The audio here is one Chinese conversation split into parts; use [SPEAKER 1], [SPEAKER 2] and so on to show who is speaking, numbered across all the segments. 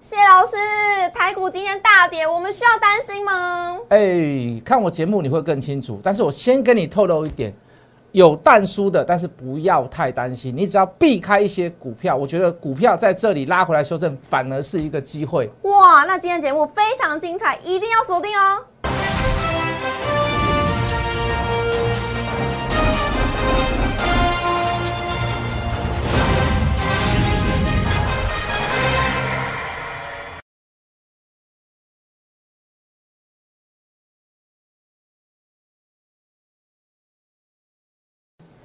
[SPEAKER 1] 谢老师，台股今天大跌，我们需要担心吗？
[SPEAKER 2] 哎、看我节目你会更清楚。但是我先跟你透露一点，有淡输的，但是不要太担心，你只要避开一些股票，我觉得股票在这里拉回来修正，反而是一个机会。
[SPEAKER 1] 哇，那今天节目非常精彩，一定要锁定哦。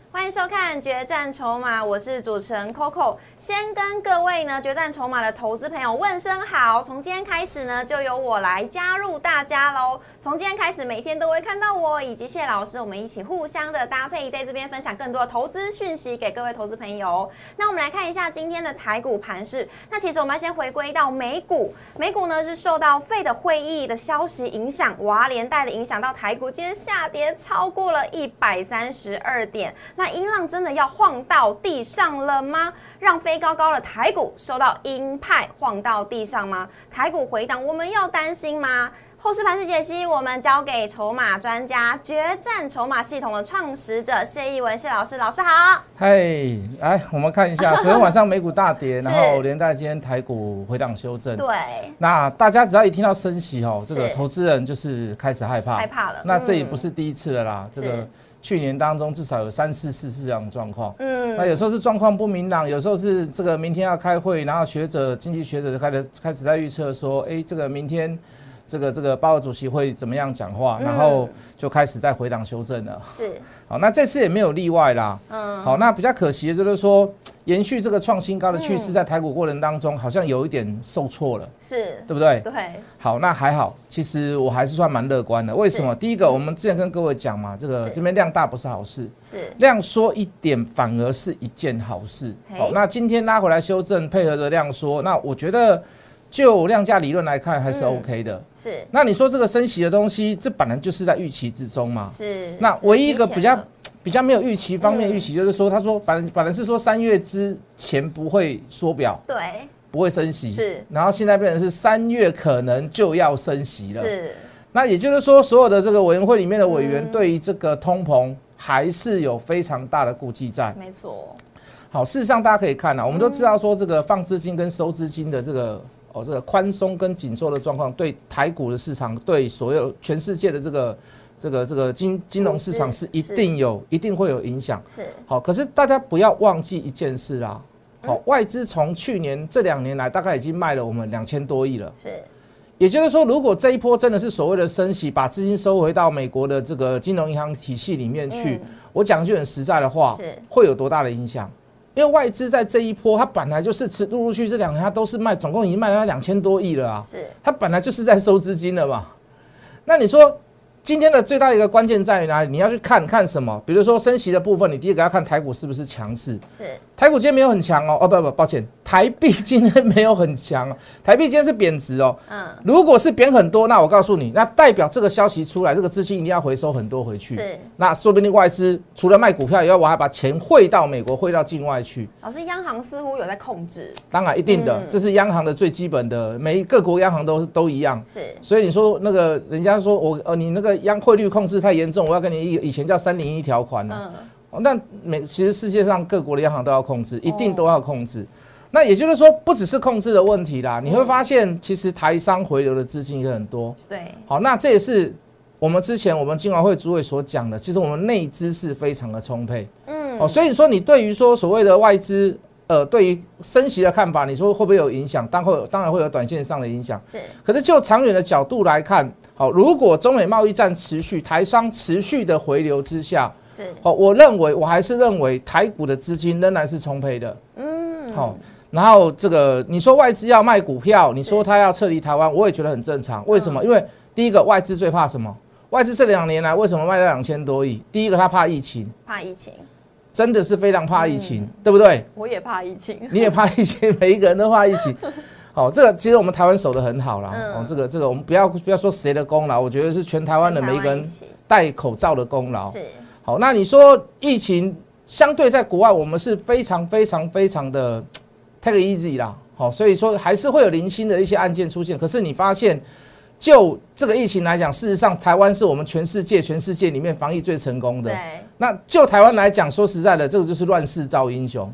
[SPEAKER 1] 欢迎收看《决战筹码》，我是主持人 Coco。先跟各位呢《决战筹码》的投资朋友问声好。从今天开始呢，就由我来加入大家喽。从今天开始，每天都会看到我以及谢老师，我们一起互相的搭配，在这边分享更多的投资讯息给各位投资朋友。那我们来看一下今天的台股盘势。那其实我们要先回归到美股，美股呢是受到费的会议的消息影响，哇，连带的影响到台股，今天下跌超过了一百三十二点。那音浪真的要晃到地上了吗？让飞高高的台股受到鹰派晃到地上吗？台股回档，我们要担心吗？后市盘势解析，我们交给筹码专家、决战筹码系统的创始者谢逸文谢老师，老师好。
[SPEAKER 2] 嘿，来我们看一下，昨天晚上美股大跌，然
[SPEAKER 1] 是
[SPEAKER 2] 后连带今天台股回档修正。
[SPEAKER 1] 对，
[SPEAKER 2] 那大家只要一听到升息哦，这个
[SPEAKER 1] 是
[SPEAKER 2] 投资人就是开始害怕，
[SPEAKER 1] 害怕了
[SPEAKER 2] 啊那这也
[SPEAKER 1] 嗯
[SPEAKER 2] 不是第一次了啦，这
[SPEAKER 1] 是
[SPEAKER 2] 个去年当中至少有三四次是这样的状况。那
[SPEAKER 1] 嗯，
[SPEAKER 2] 有时候是状况不明朗，有时候是这个明天要开会，然后学者、经济学者就开始开始在预测说，哎，这个明天这个这个鲍尔主席会怎么样讲话，
[SPEAKER 1] 嗯
[SPEAKER 2] 然后就开始在回档修正了。
[SPEAKER 1] 是，
[SPEAKER 2] 好，那这次也没有例外啦。
[SPEAKER 1] 嗯，
[SPEAKER 2] 好，那比较可惜的就是说，延续这个创新高的趋势，
[SPEAKER 1] 嗯
[SPEAKER 2] 在台股过程当中好像有一点受挫了，
[SPEAKER 1] 是，
[SPEAKER 2] 对不对？
[SPEAKER 1] 对，
[SPEAKER 2] 好，那还好，其实我还是算蛮乐观的。为什么？第一个，我们之前跟各位讲嘛，这个
[SPEAKER 1] 是
[SPEAKER 2] 这边量大不是好事。
[SPEAKER 1] 是，
[SPEAKER 2] 量缩一点反而是一件好事。
[SPEAKER 1] 嘿
[SPEAKER 2] 好，那今天拉回来修正，配合着量缩，那我觉得就量价理论来看还是
[SPEAKER 1] 嗯
[SPEAKER 2] OK 的。
[SPEAKER 1] 是，
[SPEAKER 2] 那你说这个升息的东西，这本来就是在预期之中嘛。
[SPEAKER 1] 是。
[SPEAKER 2] 那
[SPEAKER 1] 是
[SPEAKER 2] 唯一一
[SPEAKER 1] 提
[SPEAKER 2] 个
[SPEAKER 1] 前
[SPEAKER 2] 比较
[SPEAKER 1] 了
[SPEAKER 2] 比较没有预期方面
[SPEAKER 1] 嗯
[SPEAKER 2] 预期就是说，他说反正反正是说三月之前不会缩表，
[SPEAKER 1] 对，
[SPEAKER 2] 不会升息。
[SPEAKER 1] 是
[SPEAKER 2] 然后现在变成是三月可能就要升息了。
[SPEAKER 1] 是，
[SPEAKER 2] 那也就是说，所有的这个委员会里面的委员对于这个通膨还是有非常大的顾忌在。
[SPEAKER 1] 没错，
[SPEAKER 2] 好，事实上大家可以看啊，我们都知道说这个放资金跟收资金的这个哦，这个宽松跟紧缩的状况，对台股的市场，对所有全世界的这个这个这个金金融市场
[SPEAKER 1] 是
[SPEAKER 2] 是一
[SPEAKER 1] 是
[SPEAKER 2] 定有一定会有影响。
[SPEAKER 1] 是，
[SPEAKER 2] 好，可是大家不要忘记一件事啦，好，外资从去年这两年来，大概已经卖了我们两千多亿了。
[SPEAKER 1] 是，
[SPEAKER 2] 也就是说，如果这一波真的是所谓的升息，把资金收回到美国的这个金融银行体系里面去，
[SPEAKER 1] 嗯
[SPEAKER 2] 我讲一句很实在的话
[SPEAKER 1] 是，
[SPEAKER 2] 会有多大的影响？因为外资在这一波，它本来就是持陆陆续续这两年它都是卖，总共已经卖了两千多亿了啊，
[SPEAKER 1] 是，
[SPEAKER 2] 它本来就是在收资金了嘛。那你说今天的最大一个关键在于哪里？你要去看看什么？比如说升息的部分，你第一个要看台股是不是强势，
[SPEAKER 1] 是，
[SPEAKER 2] 台股今天没有很强哦，哦不不，抱歉，台币今天没有很强、哦， 台币今天是贬值哦。
[SPEAKER 1] 嗯，
[SPEAKER 2] 如果是贬很多，那我告诉你，那代表这个消息出来，这个资金一定要回收很多回去。
[SPEAKER 1] 是。
[SPEAKER 2] 那说不定外资除了卖股票以外，我还把钱汇到美国，汇到境外去。
[SPEAKER 1] 老师，央行似乎有在控制，
[SPEAKER 2] 当然，一定的，
[SPEAKER 1] 嗯
[SPEAKER 2] 这是央行的最基本的，每一个国央行都都一样。
[SPEAKER 1] 是
[SPEAKER 2] 所以你说那个人家说我呃你那个央汇率控制太严重，我要跟你一以前叫三零一条款呢、
[SPEAKER 1] 嗯，
[SPEAKER 2] 哦，那每其实世界上各国的央行都要控制，一定都要控制。那也就是说，不只是控制的问题啦，你会发现其实台商回流的资金也很多。
[SPEAKER 1] 对，
[SPEAKER 2] 好，那这也是我们之前我们金管会主委所讲的，其实我们内资是非常的充沛。
[SPEAKER 1] 嗯，
[SPEAKER 2] 哦，所以说你对于说所谓的外资。呃，对于升息的看法，你说会不会有影响？当会有，当然会有短线上的影响。
[SPEAKER 1] 是
[SPEAKER 2] 可是就长远的角度来看，好，如果中美贸易战持续，台商持续的回流之下，
[SPEAKER 1] 是，
[SPEAKER 2] 好，哦我认为我还是认为台股的资金仍然是充沛的。
[SPEAKER 1] 嗯，
[SPEAKER 2] 好、然后这个你说外资要卖股票，你说他要撤离台湾，我也觉得很正常。为什么？因为第一个外资最怕什么？外资这两年来为什么卖了两千多亿？第一个他怕疫情，
[SPEAKER 1] 怕疫情，
[SPEAKER 2] 真的是非常怕疫情，对不对？
[SPEAKER 1] 我也怕疫情，
[SPEAKER 2] 你也怕疫情， 每一个人都怕疫情。好，这个其实我们台湾守得很好啦。
[SPEAKER 1] 嗯
[SPEAKER 2] 哦，这个这个我们不要不要说谁的功劳，我觉得是全台湾的每一个人
[SPEAKER 1] 是
[SPEAKER 2] 戴口罩的功劳。
[SPEAKER 1] 是
[SPEAKER 2] 好，那你说疫情相对在国外，我们是非常非常非常的 take it easy 啦，好、所以说还是会有零星的一些案件出现。可是你发现，就这个疫情来讲，事实上台湾是我们全世界全世界里面防疫最成功的。
[SPEAKER 1] 对，
[SPEAKER 2] 那就台湾来讲，说实在的，这个就是乱世造英雄，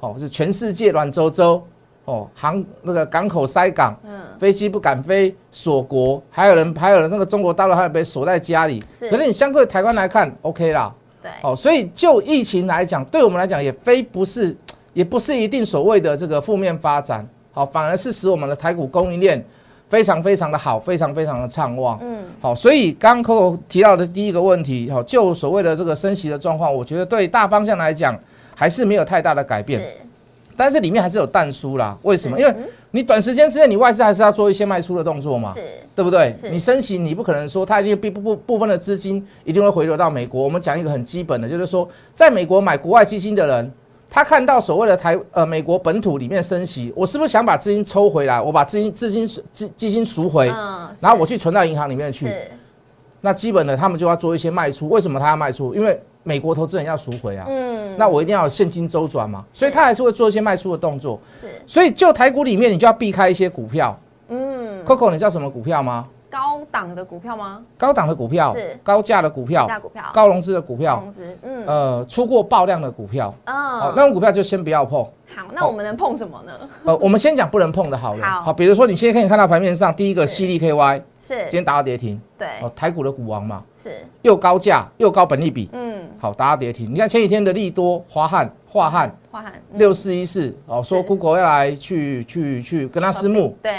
[SPEAKER 2] 哦，是全世界乱周周，哦，航那个港口塞港，
[SPEAKER 1] 嗯，
[SPEAKER 2] 飞机不敢飞，锁国，还有人还有人那个中国大陆还有被锁在家里。
[SPEAKER 1] 是
[SPEAKER 2] 可是你相对台湾来看，OK 啦，
[SPEAKER 1] 对，
[SPEAKER 2] 哦，所以就疫情来讲，对我们来讲也非不是，也不是一定所谓的这个负面发展，好、反而是使我们的台股供应链非常非常的好，非常非常的畅旺。
[SPEAKER 1] 嗯，
[SPEAKER 2] 好，所以刚刚 Coco 提到的第一个问题，好，就所谓的这个升息的状况，我觉得对大方向来讲还是没有太大的改变，
[SPEAKER 1] 是，嗯
[SPEAKER 2] 但是里面还是有淡出啦。为什么？
[SPEAKER 1] 是
[SPEAKER 2] 因为你短时间之内你外资还是要做一些卖出的动作嘛，
[SPEAKER 1] 是，
[SPEAKER 2] 对不对
[SPEAKER 1] 是？
[SPEAKER 2] 你升息，你不可能说它一定部部部分的资金一定会回流到美国。我们讲一个很基本的，就是说，在美国买国外基金的人，他看到所谓的台呃美国本土里面升息，我是不是想把资金抽回来？我把资金资金资基金赎回，
[SPEAKER 1] 嗯，
[SPEAKER 2] 然后我去存到银行里面去。
[SPEAKER 1] 是，
[SPEAKER 2] 那基本的他们就要做一些卖出。为什么他要卖出？因为美国投资人要赎回啊。
[SPEAKER 1] 嗯，
[SPEAKER 2] 那我一定要有现金周转嘛，所以他还是会做一些卖出的动作。
[SPEAKER 1] 是，
[SPEAKER 2] 所以就台股里面，你就要避开一些股票。
[SPEAKER 1] 嗯，
[SPEAKER 2] Coco，你知道什么股票吗？
[SPEAKER 1] 高档的股票吗？
[SPEAKER 2] 高档的股票
[SPEAKER 1] 是、
[SPEAKER 2] 高价的股票、
[SPEAKER 1] 价股票，
[SPEAKER 2] 高融资的股票，
[SPEAKER 1] 融资，嗯，
[SPEAKER 2] 呃，出过爆量的股票，哦，那
[SPEAKER 1] 嗯，
[SPEAKER 2] 种股票就先不要碰。
[SPEAKER 1] 好，那我们能碰什么呢？
[SPEAKER 2] 呃，我们先讲不能碰的好了。
[SPEAKER 1] 好
[SPEAKER 2] 比如说你现在可以看到盘面上第一个
[SPEAKER 1] 是
[SPEAKER 2] C D K Y，今
[SPEAKER 1] 是，
[SPEAKER 2] 天打到跌停，
[SPEAKER 1] 对
[SPEAKER 2] 哦，，台股的股王嘛，
[SPEAKER 1] 是，
[SPEAKER 2] 又高价又高本利比，
[SPEAKER 1] 嗯，
[SPEAKER 2] 好，打到跌停。你看前几天的利多、华汉、华汉
[SPEAKER 1] 华涵嗯
[SPEAKER 2] 六四一四，哦，说
[SPEAKER 1] 是
[SPEAKER 2] Google 要来去去去跟他私募，
[SPEAKER 1] 对，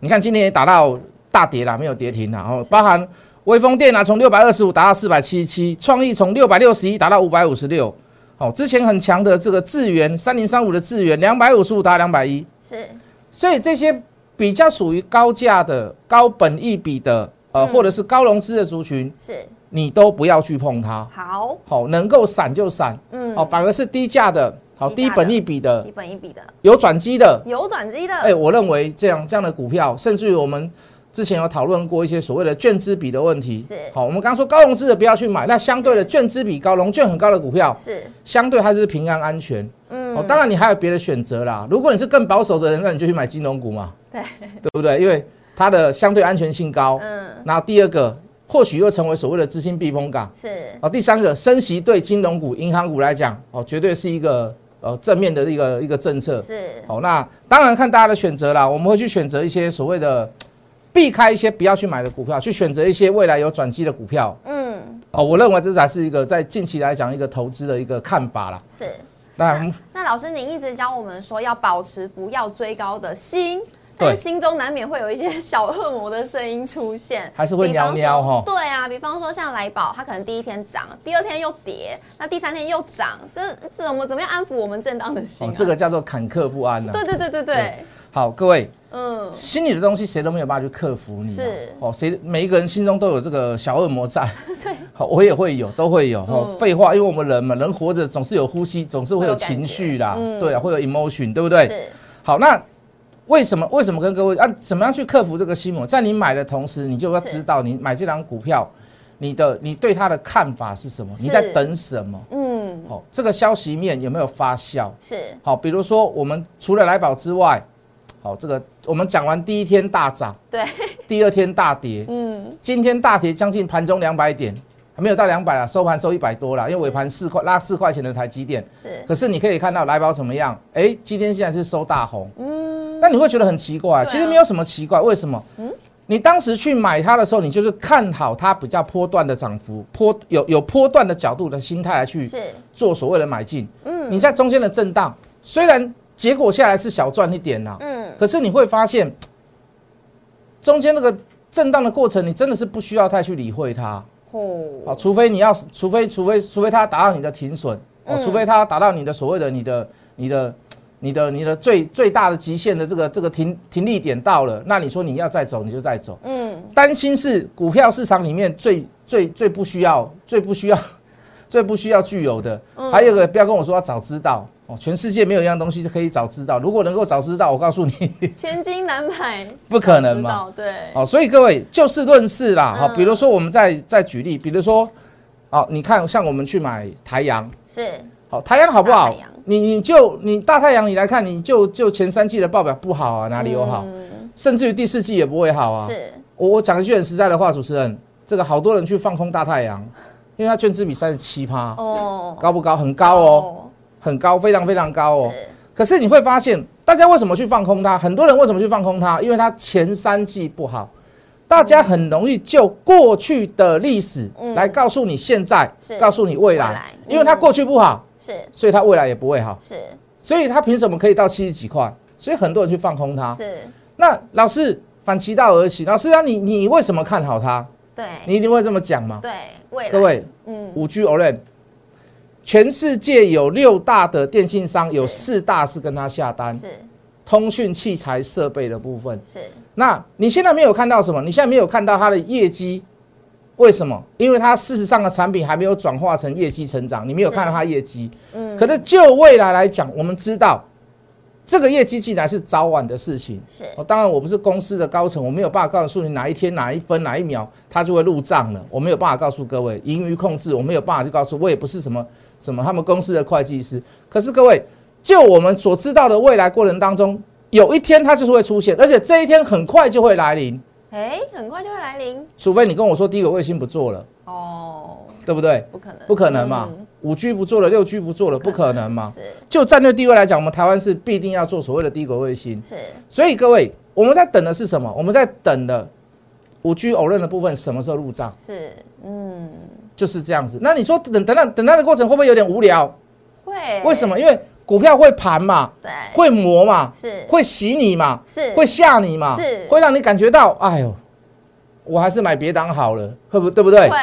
[SPEAKER 2] 你看今天也打到大跌啦，没有跌停啦，哦，包含微风电啊，从六百二十五打到四百七十七，创意从六百六十一打到五百五十六，哦，之前很强的这个智源三零三五的智源两百五十五打两百一，
[SPEAKER 1] 是，
[SPEAKER 2] 所以这些比较属于高价的、高本益比的，呃，
[SPEAKER 1] 嗯
[SPEAKER 2] 或者是高融资的族群，
[SPEAKER 1] 是，
[SPEAKER 2] 你都不要去碰它。
[SPEAKER 1] 好，
[SPEAKER 2] 好，能够闪就闪，
[SPEAKER 1] 嗯，
[SPEAKER 2] 哦，反而是低价的，好
[SPEAKER 1] 低价
[SPEAKER 2] 低
[SPEAKER 1] 的
[SPEAKER 2] 本益比的
[SPEAKER 1] 一，本一笔的，
[SPEAKER 2] 有转机的，
[SPEAKER 1] 有转机的，
[SPEAKER 2] 哎、我认为这样这样的股票，甚至于我们之前有讨论过一些所谓的券资比的问题
[SPEAKER 1] 是。
[SPEAKER 2] 好，我们刚刚说高融资的不要去买，那相对的券资比高、融券很高的股票，
[SPEAKER 1] 是，
[SPEAKER 2] 相对它就是平安安全。
[SPEAKER 1] 嗯，
[SPEAKER 2] 哦，当然你还有别的选择啦。如果你是更保守的人，那你就去买金融股嘛，
[SPEAKER 1] 对，
[SPEAKER 2] 对不对？因为它的相对安全性高。
[SPEAKER 1] 嗯，
[SPEAKER 2] 然后第二个，或许又成为所谓的资金避风港。
[SPEAKER 1] 是，
[SPEAKER 2] 哦，第三个，升息对金融股、银行股来讲，哦，绝对是一个呃正面的一个一个政策。
[SPEAKER 1] 是，
[SPEAKER 2] 好，那当然看大家的选择啦，我们会去选择一些所谓的避开一些不要去买的股票，去选择一些未来有转机的股票。
[SPEAKER 1] 嗯，
[SPEAKER 2] 哦，我认为这才是一个在近期来讲一个投资的一个看法啦。
[SPEAKER 1] 是。
[SPEAKER 2] 那我们
[SPEAKER 1] 那老师，您一直教我们说要保持不要追高的心，但是
[SPEAKER 2] 对
[SPEAKER 1] 心中难免会有一些 小恶魔的声音出现，
[SPEAKER 2] 还是会
[SPEAKER 1] 比方
[SPEAKER 2] 喵喵
[SPEAKER 1] 说
[SPEAKER 2] 吼
[SPEAKER 1] 对啊，比方说像来宝，它可能第一天涨，第二天又跌，那第三天又涨，这这怎么怎么样安抚我们正当的心、
[SPEAKER 2] 哦
[SPEAKER 1] 啊，
[SPEAKER 2] 这个叫做坎克不安呢、
[SPEAKER 1] 对对对对对
[SPEAKER 2] 对，好，各位，
[SPEAKER 1] 嗯，
[SPEAKER 2] 心里的东西谁都没有办法去克服你啊、
[SPEAKER 1] 是
[SPEAKER 2] 哦，谁每一个人心中都有这个小恶 魔在。对，好，我也会有，都会有。哦
[SPEAKER 1] 嗯，
[SPEAKER 2] 废话，因为我们人嘛，人活着总是有呼吸，总是会
[SPEAKER 1] 会有
[SPEAKER 2] 有
[SPEAKER 1] 感
[SPEAKER 2] 情
[SPEAKER 1] 觉
[SPEAKER 2] 绪啦，
[SPEAKER 1] 嗯
[SPEAKER 2] 对啊，会有 emotion，对不对？
[SPEAKER 1] 是
[SPEAKER 2] 好，那为什么为什么跟各位啊，怎么样去克服这个心魔？在你买的同时，你就要
[SPEAKER 1] 是
[SPEAKER 2] 知道你买这张股票，你的你对它的看法是什么？
[SPEAKER 1] 是
[SPEAKER 2] 你在等什么？
[SPEAKER 1] 嗯
[SPEAKER 2] 好、这个消息面有没有发酵？
[SPEAKER 1] 是
[SPEAKER 2] 好，比如说我们除了来宝之外，好，这个我们讲完第一天大涨，
[SPEAKER 1] 对，
[SPEAKER 2] 第二天大跌，
[SPEAKER 1] 嗯
[SPEAKER 2] 今天大跌将近盘中两百点，还没有到两百啦，啊收盘收一百多啦，因为尾盘四块拉四块钱的台积电。
[SPEAKER 1] 是
[SPEAKER 2] 可是你可以看到来宝怎么样？哎、今天现在是收大红，
[SPEAKER 1] 嗯
[SPEAKER 2] 那你会觉得很奇
[SPEAKER 1] 对啊
[SPEAKER 2] 怪、
[SPEAKER 1] 嗯
[SPEAKER 2] 其实没有什么奇怪，为什么？你当时去买它的时候，你就是看好它比较波段的涨幅，波有有波段的角度的心态来去
[SPEAKER 1] 是
[SPEAKER 2] 做所谓的买进。
[SPEAKER 1] 嗯
[SPEAKER 2] 你在中间的震荡，虽然结果下来是小赚一点啦，
[SPEAKER 1] 嗯
[SPEAKER 2] 可是你会发现，中间那个震荡的过程，你真的是不需要太去理会它。
[SPEAKER 1] 哦
[SPEAKER 2] 好，除非你要，除非除非除非它达到你的停损，哦，
[SPEAKER 1] 嗯
[SPEAKER 2] 除非它达到你的所谓的你的你的你的你的最最大的极限的这个这个停停利点到了，那你说你要再走你就再走。
[SPEAKER 1] 嗯
[SPEAKER 2] 担心是股票市场里面最最最不需要、最不需要、 最不需要具有的。
[SPEAKER 1] 嗯
[SPEAKER 2] 还有一个，不要跟我说要早知道哦，全世界没有一样东西是可以早知道。如果能够早知道，我告诉你，
[SPEAKER 1] 千金难买
[SPEAKER 2] 不可能
[SPEAKER 1] 知
[SPEAKER 2] 嘛。
[SPEAKER 1] 道对
[SPEAKER 2] 哦，所以各位就事论事啦。好、
[SPEAKER 1] 嗯
[SPEAKER 2] 比如说我们再再举例，比如说，哦，你看像我们去买台阳，
[SPEAKER 1] 是
[SPEAKER 2] 好，台阳好不
[SPEAKER 1] 大
[SPEAKER 2] 好
[SPEAKER 1] 太阳？
[SPEAKER 2] 你你就你大太阳你来看，你就就前三季的报表不好啊，哪里有好？
[SPEAKER 1] 嗯
[SPEAKER 2] 甚至于第四季也不会好啊。
[SPEAKER 1] 是
[SPEAKER 2] 我我讲一句很实在的话，主持人，这个好多人去放空大太阳，因为它券资比三十七趴，
[SPEAKER 1] 哦，
[SPEAKER 2] 高不高？很高哦，很高，非常非常高
[SPEAKER 1] 哦，
[SPEAKER 2] 哦。
[SPEAKER 1] 是
[SPEAKER 2] 可是你会发现，大家为什么去放空它？很多人为什么去放空它？因为它前三季不好，大家很容易就过去的历史
[SPEAKER 1] 嗯
[SPEAKER 2] 来告诉你现在
[SPEAKER 1] 是，
[SPEAKER 2] 告诉你未
[SPEAKER 1] 未
[SPEAKER 2] 来
[SPEAKER 1] 来，嗯
[SPEAKER 2] 因为它过去不好，
[SPEAKER 1] 是
[SPEAKER 2] 所以它未来也不会好，
[SPEAKER 1] 是
[SPEAKER 2] 所以它凭什么可以到七十几块？所以很多人去放空它。
[SPEAKER 1] 是，
[SPEAKER 2] 那老师反其道而行，老师啊，你你为什么看好它？
[SPEAKER 1] 对
[SPEAKER 2] 你一定会这么讲嘛？
[SPEAKER 1] 哎对，未来
[SPEAKER 2] 各，位，
[SPEAKER 1] 嗯，
[SPEAKER 2] 五 G OLED，全世界有六大的电信商，有
[SPEAKER 1] 是
[SPEAKER 2] 四大是跟它下单。
[SPEAKER 1] 是
[SPEAKER 2] 通讯器材设备的部分。
[SPEAKER 1] 是
[SPEAKER 2] 那你现在没有看到什么？你现在没有看到它的业绩，为什么？因为它事实上的产品还没有转化成业绩成长，你没有
[SPEAKER 1] 是
[SPEAKER 2] 看到它业绩。
[SPEAKER 1] 嗯
[SPEAKER 2] 可是就未来来讲，我们知道这个业绩进来是早晚的事情。
[SPEAKER 1] 是
[SPEAKER 2] 哦，当然我不是公司的高层，我没有办法告诉你哪一天、哪一分、哪一秒它就会入账了，我没有办法告诉各位盈余控制，我没有办法去告诉，我也不是什么什么他们公司的会计师。可是各位，就我们所知道的未来过程当中，有一天它就是会出现，而且这一天很快就会来临，
[SPEAKER 1] 哎，很快就会来临
[SPEAKER 2] 除非你跟我说低轨卫星不做了，
[SPEAKER 1] 哦，
[SPEAKER 2] 对不对？
[SPEAKER 1] 不可能，
[SPEAKER 2] 不可能嘛啊
[SPEAKER 1] 嗯，
[SPEAKER 2] 五 G 不做了，六 G 不做了，不可能嘛。
[SPEAKER 1] 是
[SPEAKER 2] 就战略地位来讲，我们台湾是必定要做所谓的低轨卫星。
[SPEAKER 1] 是
[SPEAKER 2] 所以各位，我们在等的是什么？我们在等的五 G 偶论的部分什么时候入账？
[SPEAKER 1] 是，嗯，
[SPEAKER 2] 就是这样子。那你说等等等等待的过程会不会有点无聊？
[SPEAKER 1] 会
[SPEAKER 2] 为什？么？因为股票会盘嘛，
[SPEAKER 1] 对，
[SPEAKER 2] 会磨嘛，
[SPEAKER 1] 是
[SPEAKER 2] 会洗你嘛，
[SPEAKER 1] 是
[SPEAKER 2] 会吓你嘛
[SPEAKER 1] 是，
[SPEAKER 2] 会让你感觉到，哎呦，我还是买别档好了，会不对不对？
[SPEAKER 1] 会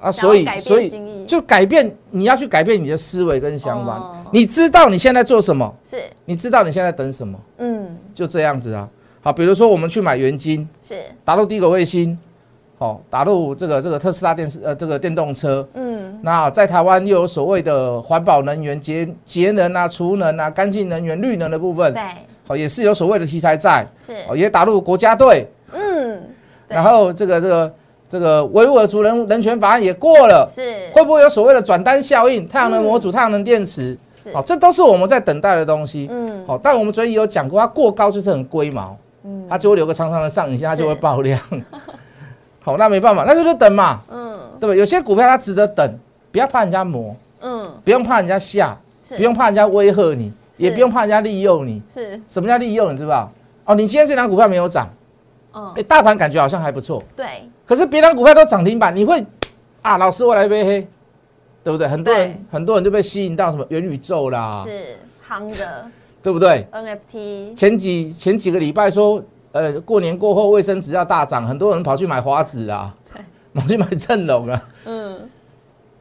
[SPEAKER 2] 啊，
[SPEAKER 1] 想要
[SPEAKER 2] 所以
[SPEAKER 1] 改变
[SPEAKER 2] 所以
[SPEAKER 1] 心意
[SPEAKER 2] 就改变，你要去改变你的思维跟想法
[SPEAKER 1] 哦。
[SPEAKER 2] 你知道你现在做什么，
[SPEAKER 1] 是
[SPEAKER 2] 你知道你现在等什么，
[SPEAKER 1] 嗯
[SPEAKER 2] 就这样子啊。好，比如说我们去买原金，
[SPEAKER 1] 是
[SPEAKER 2] 打入低轨卫星，哦，打入这个这个特斯拉电视呃这个电动车。
[SPEAKER 1] 嗯
[SPEAKER 2] 那在台湾又有所谓的环保能源、节节能啊、储能啊、干净能源、绿能的部分，
[SPEAKER 1] 对
[SPEAKER 2] 好、也是有所谓的题材在，哦，
[SPEAKER 1] 是
[SPEAKER 2] 也打入国家队。
[SPEAKER 1] 嗯对
[SPEAKER 2] 然后这个这个这个维吾尔族人人权法案也过了，
[SPEAKER 1] 是
[SPEAKER 2] 会不会有所谓的转单效应？太阳
[SPEAKER 1] 嗯
[SPEAKER 2] 能模组、太阳能电池，
[SPEAKER 1] 是
[SPEAKER 2] 好、这都是我们在等待的东西。
[SPEAKER 1] 嗯
[SPEAKER 2] 好、但我们昨天也有讲过，它过高就是很龟毛，
[SPEAKER 1] 嗯
[SPEAKER 2] 它就会留个长长的上影线，它就会
[SPEAKER 1] 是
[SPEAKER 2] 爆量。 好、那没办法，那就就等嘛，
[SPEAKER 1] 嗯
[SPEAKER 2] 对不对？有些股票它值得等，不要怕人家磨，
[SPEAKER 1] 嗯
[SPEAKER 2] 不用怕人家吓，
[SPEAKER 1] 是
[SPEAKER 2] 不用怕人家威吓你，
[SPEAKER 1] 是
[SPEAKER 2] 也不用怕人家利诱你。
[SPEAKER 1] 是
[SPEAKER 2] 什么叫利诱？你知不知道？哦，你今天这档股票没有涨，
[SPEAKER 1] 嗯
[SPEAKER 2] 哎，大盘感觉好像还不错，
[SPEAKER 1] 对
[SPEAKER 2] 可是别档股票都涨停板，你会啊，老师我来背黑，对不对？很多
[SPEAKER 1] 对
[SPEAKER 2] 人很多人就被吸引到什么元宇宙啦，
[SPEAKER 1] 是夯的
[SPEAKER 2] 对不对？
[SPEAKER 1] NFT
[SPEAKER 2] 前几前几个礼拜说，呃，过年过后卫生纸要大涨，很多人跑去买华子啊，跑去买正龙啊，
[SPEAKER 1] 嗯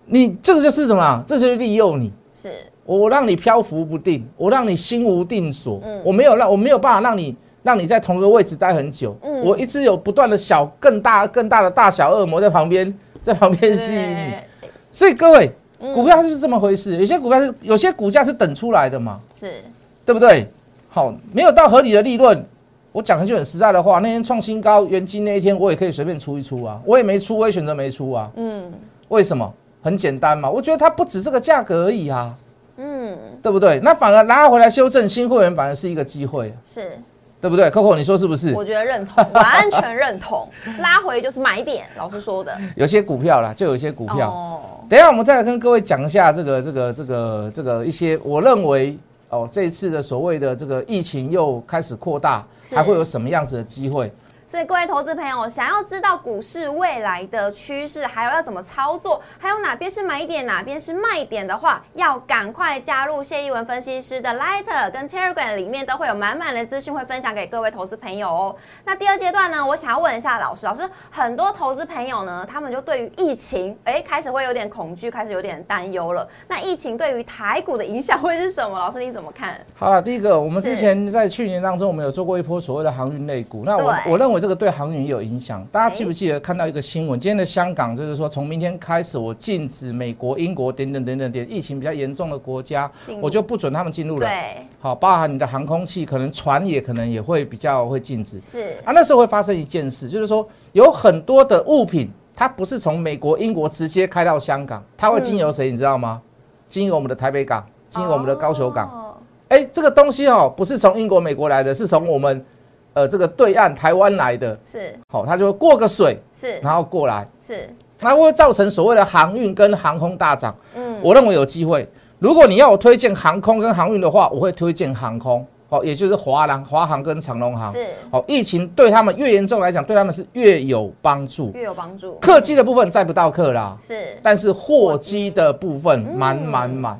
[SPEAKER 2] 你这个就是什么啊？这就是利诱你。
[SPEAKER 1] 是
[SPEAKER 2] 我让你漂浮不定，我让你心无定所，
[SPEAKER 1] 嗯
[SPEAKER 2] 我没有让我没有办法让你让你在同一个位置待很久，
[SPEAKER 1] 嗯
[SPEAKER 2] 我一直有不断的小更大更大的大小恶魔在旁边在旁边吸引你，
[SPEAKER 1] 对
[SPEAKER 2] 所以各位
[SPEAKER 1] 嗯
[SPEAKER 2] 股票它就是这么回事，有些股票是有些股价是等出来的嘛，
[SPEAKER 1] 是
[SPEAKER 2] 对不对？好，没有到合理的利润，我讲一句很实在的话，那天创新高原金那一天，我也可以随便出一出啊，我也没出，我也选择没出啊，
[SPEAKER 1] 嗯
[SPEAKER 2] 为什么？很简单嘛，我觉得它不止这个价格而已啊。
[SPEAKER 1] 嗯
[SPEAKER 2] 对不对？那反而拉回来修正新会员，反而是一个机会，啊
[SPEAKER 1] 是
[SPEAKER 2] 对不对？Coco，你说是不是？
[SPEAKER 1] 我觉得认同，完全认同，拉回就是买点，老师说的
[SPEAKER 2] 有些股票啦，就有些股票。
[SPEAKER 1] 哦
[SPEAKER 2] 等一下我们再来跟各位讲一下这个、这个、这个、这个一些，我认为哦，这一次的所谓的这个疫情又开始扩大，
[SPEAKER 1] 是
[SPEAKER 2] 还会有什么样子的机会？
[SPEAKER 1] 所以各位投资朋友，想要知道股市未来的趋势，还有要怎么操作，还有哪边是买点，哪边是卖点的话，要赶快加入谢一文分析师的 Light 跟 Telegram 里面都会有满满的资讯会分享给各位投资朋友哦。那第二阶段呢，我想要问一下老师，老师很多投资朋友呢，他们就对于疫情，哎，开始会有点恐惧，开始有点担忧了。那疫情对于台股的影响会是什么？老师你怎么看？
[SPEAKER 2] 好了，第一个，我们之
[SPEAKER 1] 是
[SPEAKER 2] 前在去年当中，我们有做过一波所谓的航运类股。那我
[SPEAKER 1] 对
[SPEAKER 2] 我认为这个对航运也有影响。大家记不
[SPEAKER 1] 哎
[SPEAKER 2] 记得看到一个新闻？今天的香港就是说，从明天开始，我禁止美国、英国等等等等等疫情比较严重的国家
[SPEAKER 1] 进，入
[SPEAKER 2] 我就不准他们进入了。
[SPEAKER 1] 嗯对，
[SPEAKER 2] 好，包含你的航空器，可能船也可能也会比较会禁止。
[SPEAKER 1] 是
[SPEAKER 2] 啊，那时候会发生一件事，就是说有很多
[SPEAKER 1] 嗯
[SPEAKER 2] 的物品，它不是从美国、英国直接开到香港，它会经由谁，你知道吗？经营我们的台北港，经营我们的高雄港。
[SPEAKER 1] 哦
[SPEAKER 2] 哎，这个东西哦，不是从英国、美国来的，是从我们呃这个对岸台湾来的。
[SPEAKER 1] 是
[SPEAKER 2] 好、它就会过个水，
[SPEAKER 1] 是
[SPEAKER 2] 然后过来，
[SPEAKER 1] 是，
[SPEAKER 2] 那会造成所谓的航运跟航空大涨。
[SPEAKER 1] 嗯，
[SPEAKER 2] 我认为有机会。如果你要我推荐航空跟航运的话，我会推荐航空，哦，也就是华航、华航跟长龙航。
[SPEAKER 1] 是
[SPEAKER 2] 哦，疫情对他们越严重来讲，对他们是越有帮助。
[SPEAKER 1] 越有帮助。
[SPEAKER 2] 客机的部分载不到客啦，
[SPEAKER 1] 是嗯
[SPEAKER 2] 但是货机的部分满满满，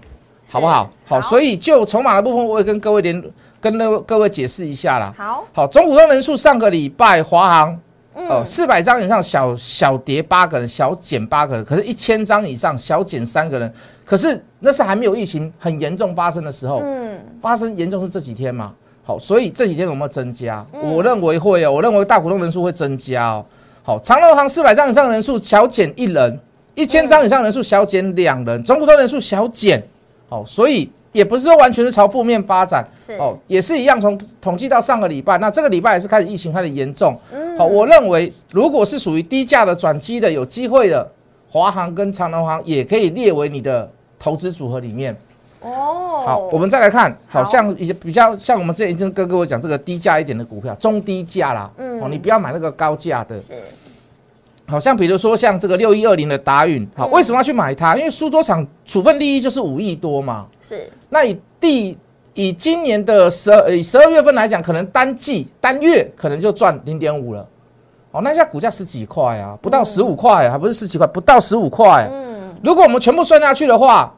[SPEAKER 2] 好不好？好，所
[SPEAKER 1] 以
[SPEAKER 2] 以就筹码的部分，我也跟各位联跟那各位解释一下啦。
[SPEAKER 1] 好，
[SPEAKER 2] 好，总股东人数上个礼拜华航呃，
[SPEAKER 1] 嗯，
[SPEAKER 2] 四百张以上小小跌八个人，小减八个人；可是，一千张以上小减三个人。可是那是还没有疫情很严重发生的时候，
[SPEAKER 1] 嗯，
[SPEAKER 2] 发生严重是这几天嘛？好，所以这几天有没有增加？我认为会哦，我认为大股东人数会增加哦。好，长隆行四百张以上人数小减一人，一千张以上人数小减两人，总股东人数小减。好，所以也不是说完全是朝负面发展。
[SPEAKER 1] 是
[SPEAKER 2] 哦，也是一样，从统计到上个礼拜，那这个礼拜也是开始疫情开始严重。好，我认为如果是属于低价的转机的，有机会的，华航跟长荣航也可以列为你的投资组合里面。
[SPEAKER 1] 哦，
[SPEAKER 2] 好，我们再来看，好
[SPEAKER 1] 好
[SPEAKER 2] 像一些比较像我们之前已经跟各位讲这个低价一点的股票，中低价啦，
[SPEAKER 1] 嗯
[SPEAKER 2] 哦，你不要买那个高价的。
[SPEAKER 1] 是
[SPEAKER 2] 好像比如说像这个六一二零的达运，好，
[SPEAKER 1] 嗯
[SPEAKER 2] 为什么要去买它？因为苏州厂处分利益就是五亿多嘛。
[SPEAKER 1] 是
[SPEAKER 2] 那以第以今年的十二以十二月份来讲，可能单季单月可能就赚零点五了。哦，那现在股价十几块啊，不
[SPEAKER 1] 嗯
[SPEAKER 2] 到十五块、还不是十几块，不到十五块。嗯，如果我们全部算下去的话，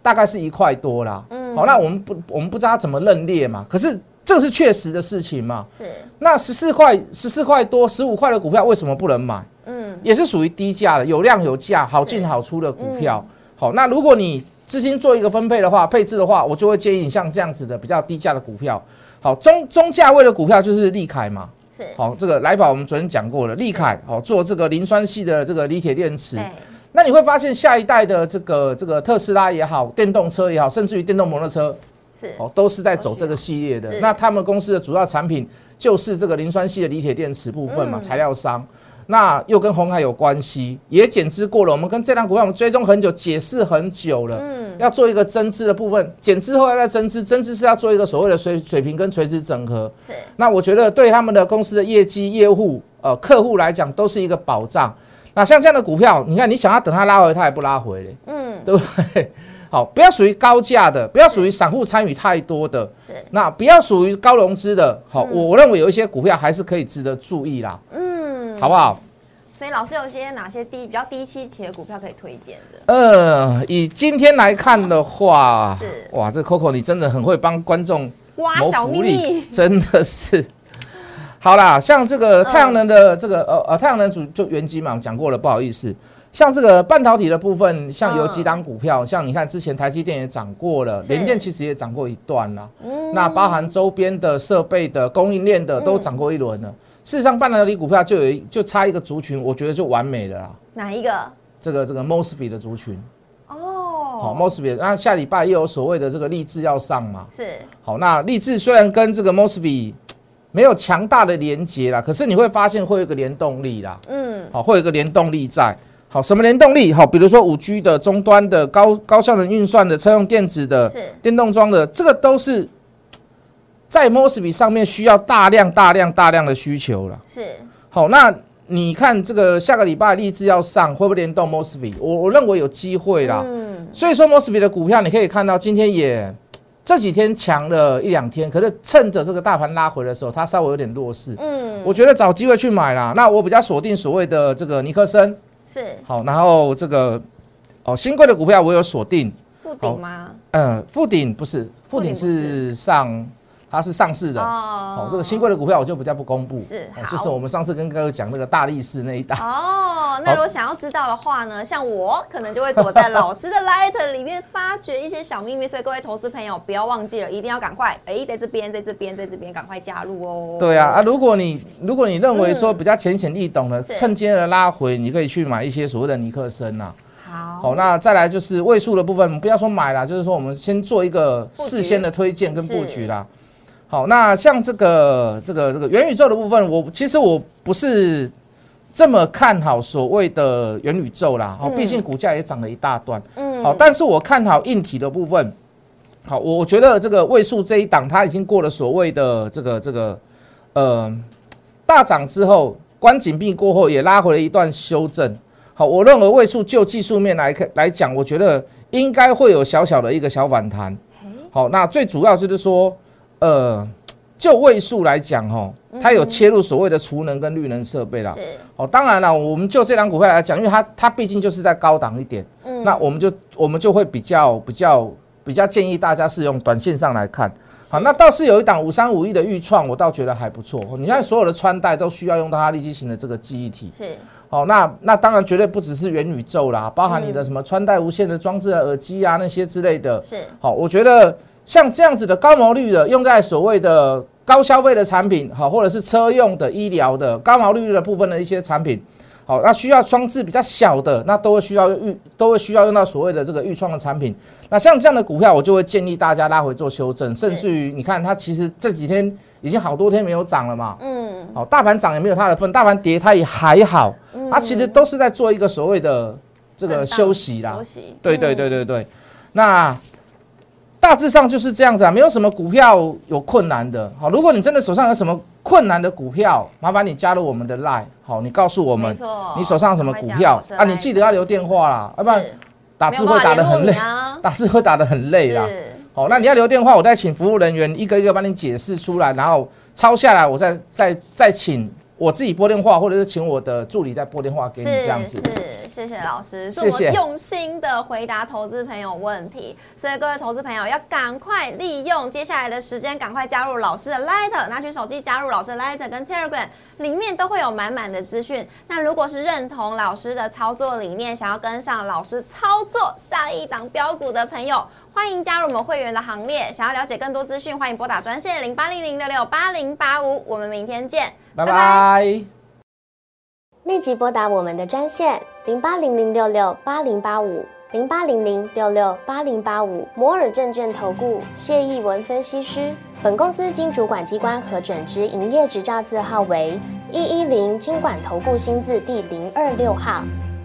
[SPEAKER 2] 大概是一块多啦。嗯，好、那我们不我们不知道它怎么认列嘛，可是这是确实的事情嘛。
[SPEAKER 1] 是，
[SPEAKER 2] 那十四块十四块多十五块的股票为什么不能买？
[SPEAKER 1] 嗯，
[SPEAKER 2] 也是属于低价的，有量有价，好进好出的股票。
[SPEAKER 1] 嗯
[SPEAKER 2] 好，那如果你资金做一个分配的话，配置的话，我就会建议你像这样子的比较低价的股票。好，中中价位的股票就是利凯嘛。
[SPEAKER 1] 是，
[SPEAKER 2] 好，这个来宝我们昨天讲过了，利凯好做这个磷酸系的这个锂铁电池。
[SPEAKER 1] 对，
[SPEAKER 2] 那你会发现下一代的这个这个特斯拉也好，电动车也好，甚至于电动摩托车，
[SPEAKER 1] 是
[SPEAKER 2] 哦，都是在走这个系列的
[SPEAKER 1] 是。
[SPEAKER 2] 那他们公司的主要产品就是这个磷酸系的锂铁电池部分嘛，材料商。那又跟红海有关系，也减资过了。我们跟这档股票我们追踪很久，解释很久了。嗯，要做一个增资的部分，减资后要再增资，增资是要做一个所谓的水水平跟垂直整合。
[SPEAKER 1] 是
[SPEAKER 2] 那我觉得对他们的公司的业绩、业务、呃客户来讲都是一个保障。那像这样的股票，你看你想要等它拉回，它也不拉回嘞，嗯，对不对？好，不要属于高价的，不要属于散户参与太多的，
[SPEAKER 1] 是
[SPEAKER 2] 那不要属于高融资的。好，我我认为有一些股票还是可以值得注意啦，嗯，好不好？
[SPEAKER 1] 所以老师有些哪些低比较低期企的股票可以推荐的？
[SPEAKER 2] 呃，以今天来看的话
[SPEAKER 1] 是，
[SPEAKER 2] 哇，这 Coco 你真的很会帮观众
[SPEAKER 1] 哇，
[SPEAKER 2] 谋
[SPEAKER 1] 小
[SPEAKER 2] 福
[SPEAKER 1] 秘
[SPEAKER 2] 利，
[SPEAKER 1] 密
[SPEAKER 2] 真的是。好啦，像这个太阳能
[SPEAKER 1] 嗯
[SPEAKER 2] 的这个、呃呃太阳能主就原机嘛，我们讲过了，不好意思。像这个半导体的部分，像有几档股
[SPEAKER 1] 嗯
[SPEAKER 2] 票，像你看之前台积电也涨过了，
[SPEAKER 1] 是
[SPEAKER 2] 联电其实也涨过一段啦。
[SPEAKER 1] 嗯
[SPEAKER 2] 那包含周边的设备的供应链的都涨过一轮
[SPEAKER 1] 嗯
[SPEAKER 2] 了。事实上，半导体股票就有一就差一个族群，我觉得就完美了啦。
[SPEAKER 1] 哪一个？
[SPEAKER 2] 这个这个 MOSFET 的族群，好
[SPEAKER 1] 哦，
[SPEAKER 2] MOSFET，那下礼拜又有所谓的这个励志要上嘛，
[SPEAKER 1] 是
[SPEAKER 2] 好，那立志虽然跟这个 Mosby 没有强大的连接啦，可是你会发现会有一个联动力啦，
[SPEAKER 1] 嗯
[SPEAKER 2] 好，会有一个联动力在。好，什么联动力？好，比如说五 G 的终端的高高效能运算的车用电子的
[SPEAKER 1] 是
[SPEAKER 2] 电动装的，这个都是在 Mosby 上面需要大量大量大量的需求了。
[SPEAKER 1] 是
[SPEAKER 2] 好，那你看这个下个礼拜立志要上，会不会联动 Mosby？我我认为有机会啦。
[SPEAKER 1] 嗯
[SPEAKER 2] 所以说 Mosby 的股票，你可以看到今天也这几天强了一两天，可是趁着这个大盘拉回的时候，它稍微有点弱势。
[SPEAKER 1] 嗯
[SPEAKER 2] 我觉得找机会去买啦。那我比较锁定所谓的这个尼克森，
[SPEAKER 1] 是
[SPEAKER 2] 好，然后这个哦新贵的股票我有锁定，
[SPEAKER 1] 附顶吗？
[SPEAKER 2] 嗯，富鼎不是，富
[SPEAKER 1] 富鼎
[SPEAKER 2] 鼎
[SPEAKER 1] 不
[SPEAKER 2] 是上它是上市的。
[SPEAKER 1] 哦
[SPEAKER 2] 哦，这个新贵的股票我就比较不公布，
[SPEAKER 1] 是
[SPEAKER 2] 哦
[SPEAKER 1] 好
[SPEAKER 2] 就是我们上次跟各位讲那个大力士那一档，
[SPEAKER 1] 哦，那如果想要知道的话呢，像我可能就会躲在老师的 Light 里面发掘一些小秘密，所以各位投资朋友不要忘记了，一定要赶快，哎，在这边，在这边，在这边，赶快加入哦。嗯
[SPEAKER 2] 对啊，啊，如果你如果你认为说比较浅显易懂的，
[SPEAKER 1] 是
[SPEAKER 2] 趁今天的拉回，你可以去买一些所谓的尼克森呐、
[SPEAKER 1] 好，
[SPEAKER 2] 好，那再来就是位数的部分，我们不要说买啦，就是说我们先做一个
[SPEAKER 1] 布局
[SPEAKER 2] 事先的推荐跟布
[SPEAKER 1] 是
[SPEAKER 2] 局啦。好，那像这个这个这个元宇宙的部分，我其实我不是这么看好所谓的元宇宙啦。哦，毕竟股价也涨了一大段。
[SPEAKER 1] 嗯
[SPEAKER 2] 好，但是我看好硬体的部分，好，我我觉得这个位数这一档它已经过了所谓的这个这个呃大涨之后，关紧闭过后也拉回了一段修正。好，我认为位数就技术面来看来讲，我觉得应该会有小小的一个小反弹。好，那最主要就是说，呃，就位数来讲，哦，它有切入所谓的储能跟绿能设备啦。
[SPEAKER 1] 嗯是，
[SPEAKER 2] 哦，当然了，我们就这档股票来讲，因为它它毕竟就是在高档一点，
[SPEAKER 1] 嗯
[SPEAKER 2] 那我们就我们就会比较比较比较建议大家是用短线上来看。好，那倒是有一档五三五一的预创，我倒觉得还不错。哦你看所有的穿戴都需要用到它立基型的这个记忆体。
[SPEAKER 1] 是，
[SPEAKER 2] 好，那那当然绝对不只是元宇宙啦，包含你的什么穿戴无线的装置啊、耳机啊那些之类的。
[SPEAKER 1] 是，
[SPEAKER 2] 好，我觉得像这样子的高毛率的，用在所谓的高消费的产品，好，或者是车用的、医疗的高毛利率的部分的一些产品，好，那需要装置比较小的，那都会需要预都会需要用到所谓的这个预创的产品。那像这样的股票，我就会建议大家拉回做修正，甚至于你看它其实这几天已经好多天没有涨了嘛，
[SPEAKER 1] 嗯，
[SPEAKER 2] 好，大盘涨也没有它的份，大盘跌它也还好，它啊其实都是在做一个所谓的这个
[SPEAKER 1] 震荡
[SPEAKER 2] 休息啦
[SPEAKER 1] 休，息，嗯
[SPEAKER 2] 对对对对对，那大致上就是这样子啊，没有什么股票有困难的。好，如果你真的手上有什么困难的股票，麻烦你加入我们的 line，好，你告诉我
[SPEAKER 1] 没
[SPEAKER 2] 们
[SPEAKER 1] 错，
[SPEAKER 2] 你手上有什么股票
[SPEAKER 1] 快加入我
[SPEAKER 2] 啊，
[SPEAKER 1] 的 line
[SPEAKER 2] 你记得要留电话啦，要不然
[SPEAKER 1] 是
[SPEAKER 2] 打字会打得很累
[SPEAKER 1] 没有办法联络你，啊
[SPEAKER 2] 打字会打得很累啦。
[SPEAKER 1] 是，
[SPEAKER 2] 好，那你要留电话，我再请服务人员一个一个帮你解释出来，然后抄下来，我再再再请我自己拨电话，或者是请我的助理再拨电话给你这样子。
[SPEAKER 1] 是，谢谢老师，
[SPEAKER 2] 谢
[SPEAKER 1] 这么
[SPEAKER 2] 谢
[SPEAKER 1] 用心的回答投资朋友问题，所以各位投资朋友要赶快利用接下来的时间，赶快加入老师的 Light，拿取手机加入老师的 Light 跟 Telegram，里面都会有满满的资讯。那如果是认同老师的操作理念，想要跟上老师操作下一档标股的朋友。欢迎加入我们会员的行列，想要了解更多资讯，欢迎拨打专线零八零零六六八零八五，我们明天见，
[SPEAKER 2] 拜拜
[SPEAKER 3] 立即拨打我们的专线零八零零六六八零八五零八零零六六八零八五摩尔证券投顾谢义文分析师。本公司经主管机关核准之营业执照字号为一一零金管投顾新字第零二六号。